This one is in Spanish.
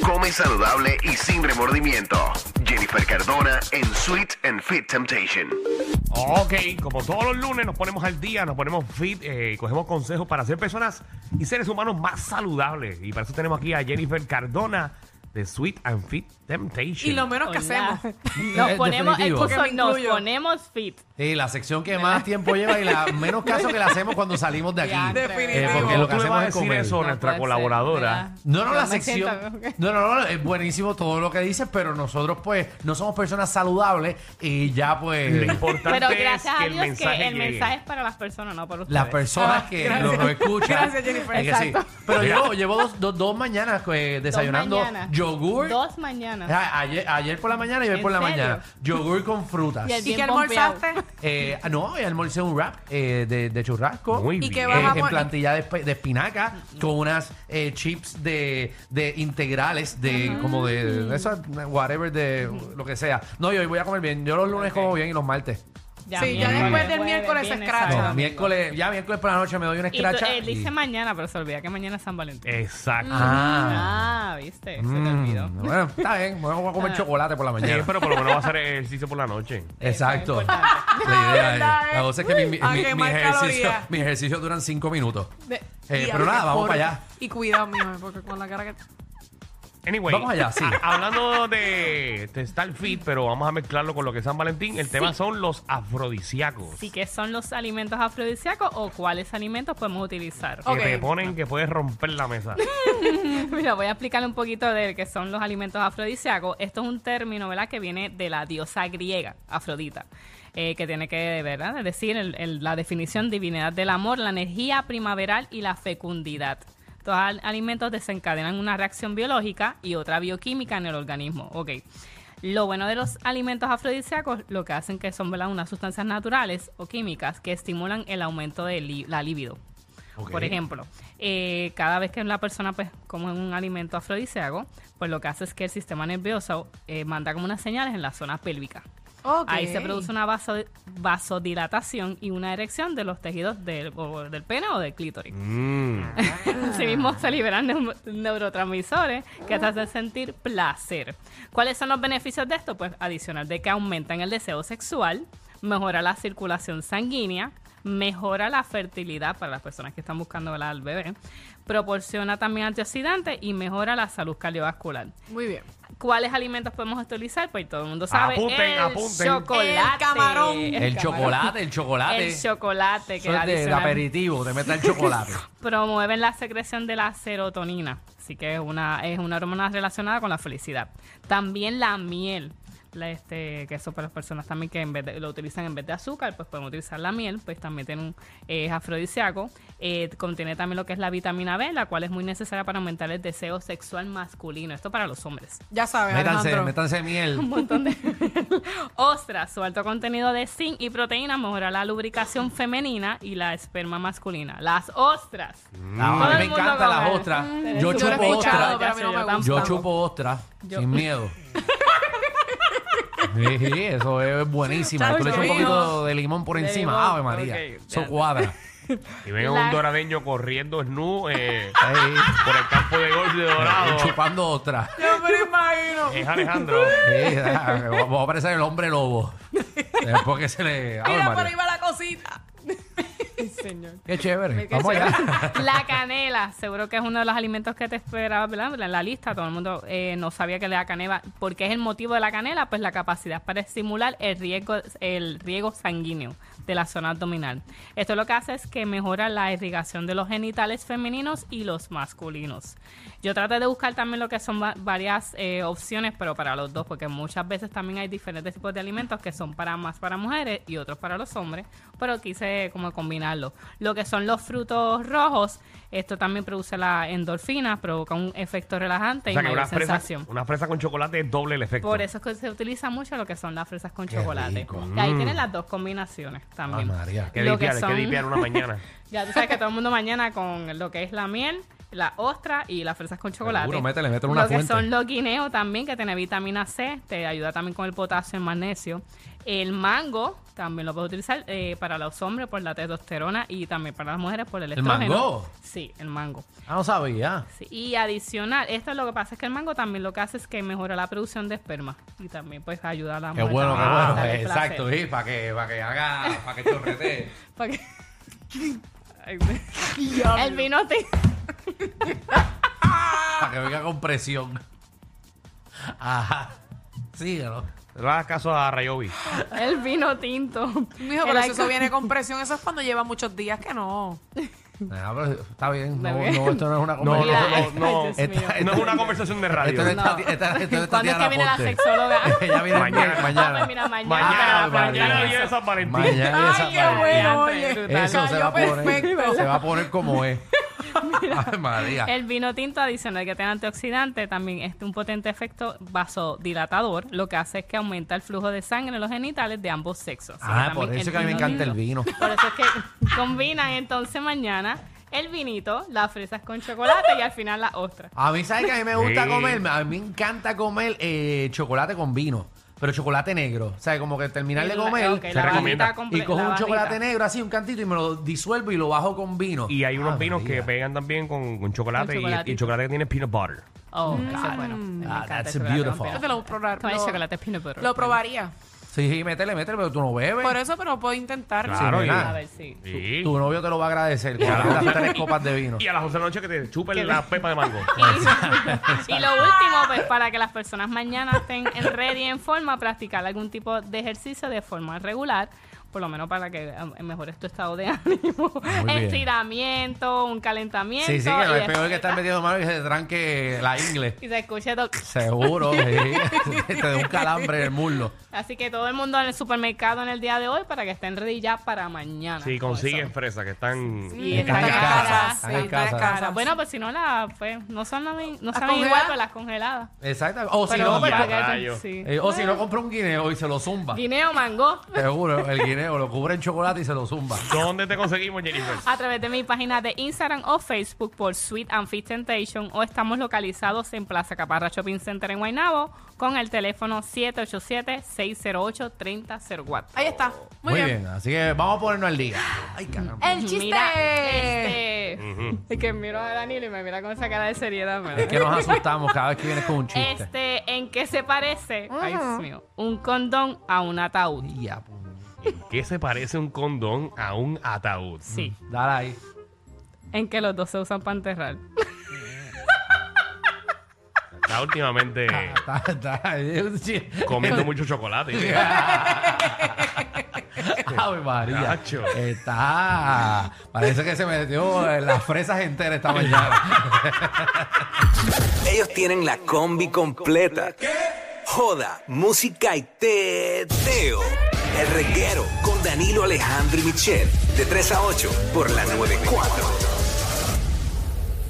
come saludable y sin remordimiento. Jennifer Cardona en Sweet and Fit Temptation. Ok, como todos los lunes nos ponemos al día, nos ponemos fit, eh, cogemos consejos para ser personas y seres humanos más saludables. Y para eso tenemos aquí a Jennifer Cardona de Sweet and Fit Temptation. Y lo menos que Hola. hacemos. Nos Eh, ponemos, él definitivo. puso, Porque me nos incluyo. ponemos fit. Sí, la sección que más tiempo lleva y la menos caso que la hacemos cuando salimos de aquí. Definitivo. Eh, porque ¿Cómo lo tú le vas que hacemos a es decir comer. eso a nuestra puede ser, colaboradora? ¿verdad? No, no, Yo la me sección. siento- No, no, no, es buenísimo todo lo que dices, pero nosotros, pues, no somos personas saludables y ya, Lo pues, importante Pero es gracias a que el Dios mensaje que el llegue. mensaje es para las personas, no para ustedes. las personas Ah, que gracias. lo, lo escuchan. Gracias, Jennifer. Es que sí. Exacto. Pero llevo, llevo dos, dos, dos mañanas eh, Dos desayunando mañanas. yogur. Dos mañanas. Ah, Ayer, ayer por la mañana y hoy ¿En por la serio? mañana. Yogur con frutas. Y el- ¿Y Bien qué almorzaste? Eh, ah, no, hoy almorcé un wrap eh, de, de churrasco. Muy ¿Y qué bien. Eh, vas a en poner? plantilla de, esp- de espinaca con unas eh, chips de, de integrales de como de, de, esas, whatever de lo que sea no yo hoy voy a comer bien yo los lunes como bien y los martes Sí, ya miércoles, después del jueves, miércoles se viernes, escracha. No, sábado, domingo. miércoles ya miércoles por la noche me doy una Ah, Y tú, escracha él y- Eh, dice mañana, pero se olvida que mañana es San Valentín. Exacto. ah, Ah, viste, se te Mm, olvidó. bueno está bien bueno, voy a comer chocolate por la Sí, mañana Eh, pero por lo menos va a hacer ejercicio por la noche. Exacto. Eso es importante. La idea es. ¿Verdad, eh? La cosa es que mi, mi- A mi- quemar mis ejercicios calorías. mis ejercicios duran cinco minutos. De- Eh, y pero nada, a- vamos por- para allá. Y cuidado, mijo, porque con la cara que... Anyway, Vamos allá, sí. a- hablando de, de estar fit, pero vamos a mezclarlo con lo que es San Valentín. El tema son los afrodisíacos. Así que son los alimentos afrodisíacos o cuáles alimentos podemos utilizar. Que te Ok. ponen que puedes romper la mesa. Mira, voy a explicarle un poquito de qué son los alimentos afrodisíacos. Esto es un término, ¿verdad?, que viene de la diosa griega, Afrodita, eh, que tiene que, ¿verdad?, es decir, el- el- la definición divinidad del amor, la energía primaveral y la fecundidad. Estos al- alimentos desencadenan una reacción biológica y otra bioquímica en el organismo. Ok. Lo bueno de los alimentos afrodisíacos, lo que hacen que son ¿verdad? unas sustancias naturales o químicas que estimulan el aumento de li- la libido. Ok. Por ejemplo, eh, cada vez que la persona pues come un alimento afrodisíaco, pues lo que hace es que el sistema nervioso eh, manda como unas señales en la zona pélvica. Ok. Ahí se produce una vaso- vasodilatación y una erección de los tejidos del, o del pene o del clítoris. Mm. Asimismo, se liberan neu- neurotransmisores que te hacen sentir placer. ¿Cuáles son los beneficios de esto? Pues adicional de que aumentan el deseo sexual, mejora la circulación sanguínea, mejora la fertilidad para las personas que están buscando ¿verdad? al bebé, proporciona también antioxidantes y mejora la salud cardiovascular. Muy bien. ¿Cuáles alimentos podemos utilizar? Pues todo el mundo sabe. Apunten, el apunten. chocolate. El camarón. El, chocolate, el chocolate. El chocolate que Eso es de, de adicional- aperitivo, te mete el chocolate. promueven la secreción de la serotonina, así que es una, es una hormona relacionada con la felicidad. También la miel, la, este, que eso para las personas también que en vez de- lo utilizan en vez de azúcar, pues pueden utilizar la miel, pues también tiene un, es afrodisíaco. Eh, contiene también lo que es la vitamina B, la cual es muy necesaria para aumentar el deseo sexual masculino, esto para los hombres. Ya sabes, métanse, Alejandro. métanse miel. Ostras, su alto contenido de zinc y proteína mejora la lubricación femenina y la esperma masculina. Las ostras. Ah, Todo a mí me el mundo come. encantan las ostras. Yo Yo lo he chupo escuchado, ostras. pero a mí no me Ya sé, yo gusta. Yo Vamos. chupo ostras Yo- sin miedo. Sí, sí, eso es buenísimo. Tú le echas un Chacho, poquito de limón por De encima. limón, Ave María. ok, Eso ya. cuadra. Y venga La- un doradeño corriendo snu eh, Ahí, por el campo de golf de Dorado. chupando ostras. Yo me lo imagino. Eh, Es Alejandro. Sí, ah, Vamos a aparecer el hombre lobo. Después que se le. Ave Mira, por María. ahí va la cosita. Qué chévere. quedé Vamos allá. La canela, seguro que es uno de los alimentos que te esperaba, ¿verdad? En la lista, todo el mundo eh, no sabía que la canela, porque es el motivo de la canela, pues la capacidad para estimular el riego, el riego sanguíneo de la zona abdominal. Esto lo que hace es que mejora la irrigación de los genitales femeninos y los masculinos. Yo traté de buscar también lo que son va- varias eh, opciones, pero para los dos, porque muchas veces también hay diferentes tipos de alimentos que son para más para mujeres y otros para los hombres, pero quise como combinarlo. Lo que son los frutos rojos, esto también produce la endorfina, provoca un efecto relajante O sea y que mayor una fresa, sensación. una fresa con chocolate es doble el efecto. Por eso es que se utiliza mucho lo que son las fresas con Qué chocolate. rico. Y ahí tienen las dos combinaciones también. Ave María. Que lo dipear, que hay que son- dipear una mañana. Ya tú sabes que todo el mundo mañana con lo que es la miel, la ostra y las fresas con chocolate. Seguro, métele, métele una Lo que fuente. son los guineos también, que tiene vitamina C, te ayuda también con el potasio, el magnesio. El mango también lo puedes utilizar eh, para los hombres por la testosterona y también para las mujeres por el ¿El estrógeno. mango? Sí, el mango. Ah, no sabía. Sí, Y adicional, esto es lo que pasa es que el mango también lo que hace es que mejora la producción de esperma y también pues ayuda a la Qué mujer bueno, qué también a bueno. darle placer. Exacto, sí, para que, para que haga, para que chorrete. Pa' que- Ay, me- el vino te... para que venga con presión. Ajá. Síguelo. No hagas caso a Rayobi. El vino tinto. Mijo, El pero si alcohol- eso viene con presión, eso es cuando lleva muchos días que no. Ah, pero está bien. No, Está bien. no, esto no es una No, conversación. Mira, no, no, no. ay, Dios Esta- mío. No es una conversación de radio. Esto no está, No. esta, esto no está ¿Cuándo es Diana que viene la Ponte. sexóloga? Ella viene Mañana. mañana. Ah, pues mira, mañana. Mañana, para Álvaro, plantear mañana Álvaro. viene eso. San Valentín. Mañana Ay, esa qué madre. bueno, Eso oye. Eso se va, a Cayó poner, perfecto. se va a poner como es. Ay, María. El vino tinto adicional que tiene antioxidante también es un potente efecto vasodilatador, lo que hace es que aumenta el flujo de sangre en los genitales de ambos sexos. Así Ah, también por el eso que a mí me encanta el vino. Por eso es que combinan entonces mañana el vinito, las fresas con chocolate y al final las ostras. A mí, ¿sabes que A mí me gusta Sí. comer. A mí me encanta comer eh, chocolate con vino. Pero chocolate negro. O sea, como que terminar de Y la- comer. ok, la recomienda. barrita comple- Y cojo la un barrita. chocolate negro así, un cantito, y me lo disuelvo y lo bajo con vino. Y hay unos Ah, vinos que María. pegan también con, con chocolate Con y- y, chocolatito. el chocolate que tiene peanut butter. Oh, eso es bueno. Me Mm. Ah, encanta el that's chocolate con beautiful. peanut Yo te lo voy a probar. Con el Lo- chocolate peanut butter. Lo probaría. Sí, sí, métele, métele, pero tú no bebes. Por eso, pero puedo intentar. Sí, Claro, ¿verdad? A ver, sí. Sí. Tu novio te lo va a agradecer. Con las tres copas de vino. Y a las 11 de la noche que te chupen la pepa de mango. Y, y lo último, pues para que las personas mañana estén en ready en forma, practicar algún tipo de ejercicio de forma regular, por lo menos para que eh, mejores tu estado de ánimo. bien. Estiramiento, un calentamiento. Sí, sí, que no y es peor que después- estar metiendo mano y se tranque la ingle. Y se escucha todo. Seguro, sí. Te da un calambre en el muslo. Así que todo el mundo en el supermercado en el día de hoy para que estén ready ya para mañana. Sí, con consiguen eso. fresas que están... Y están Están en casa, caras. están sí, en están casa. caras. Bueno, pues si no, la, pues, no son, la mi- no ¿Las saben igual congeladas? con las congeladas. Exacto. O si Pero no, para pues, que- rayos. sí. eh, o si no compra un guineo y se lo zumba. Guineo, mango. Seguro, el guineo lo cubre en chocolate y se lo zumba. ¿Dónde te conseguimos, Jennifer? a través de mi página de Instagram o Facebook por Sweet and Fit Temptation o estamos localizados en Plaza Caparra Shopping Center en Guaynabo con el teléfono 787-608-3004. Ahí está. Muy, Muy, bien. así que vamos a ponernos al día. Ay, caramba. El chiste. Mira, este, Es que miro a Danilo y me mira con esa cara de seriedad. ¿verdad? Es que nos asustamos cada vez que vienes con un chiste. Este, ¿en qué se parece? Ay, Dios mío. Un condón a un ataúd. Ya, pues, ¿Qué se parece un condón a un ataúd? Sí. dale ahí. En que los dos se usan para enterrar. Está últimamente Está- está- es un chiste. comiendo mucho chocolate. Ave María. Nacho. Está. Parece que se metió en las fresas enteras esta mañana. Ellos tienen la combi completa. Joda, música y teo. El reguero con Danilo Alejandro y Michel de 3 a 8 por la 94.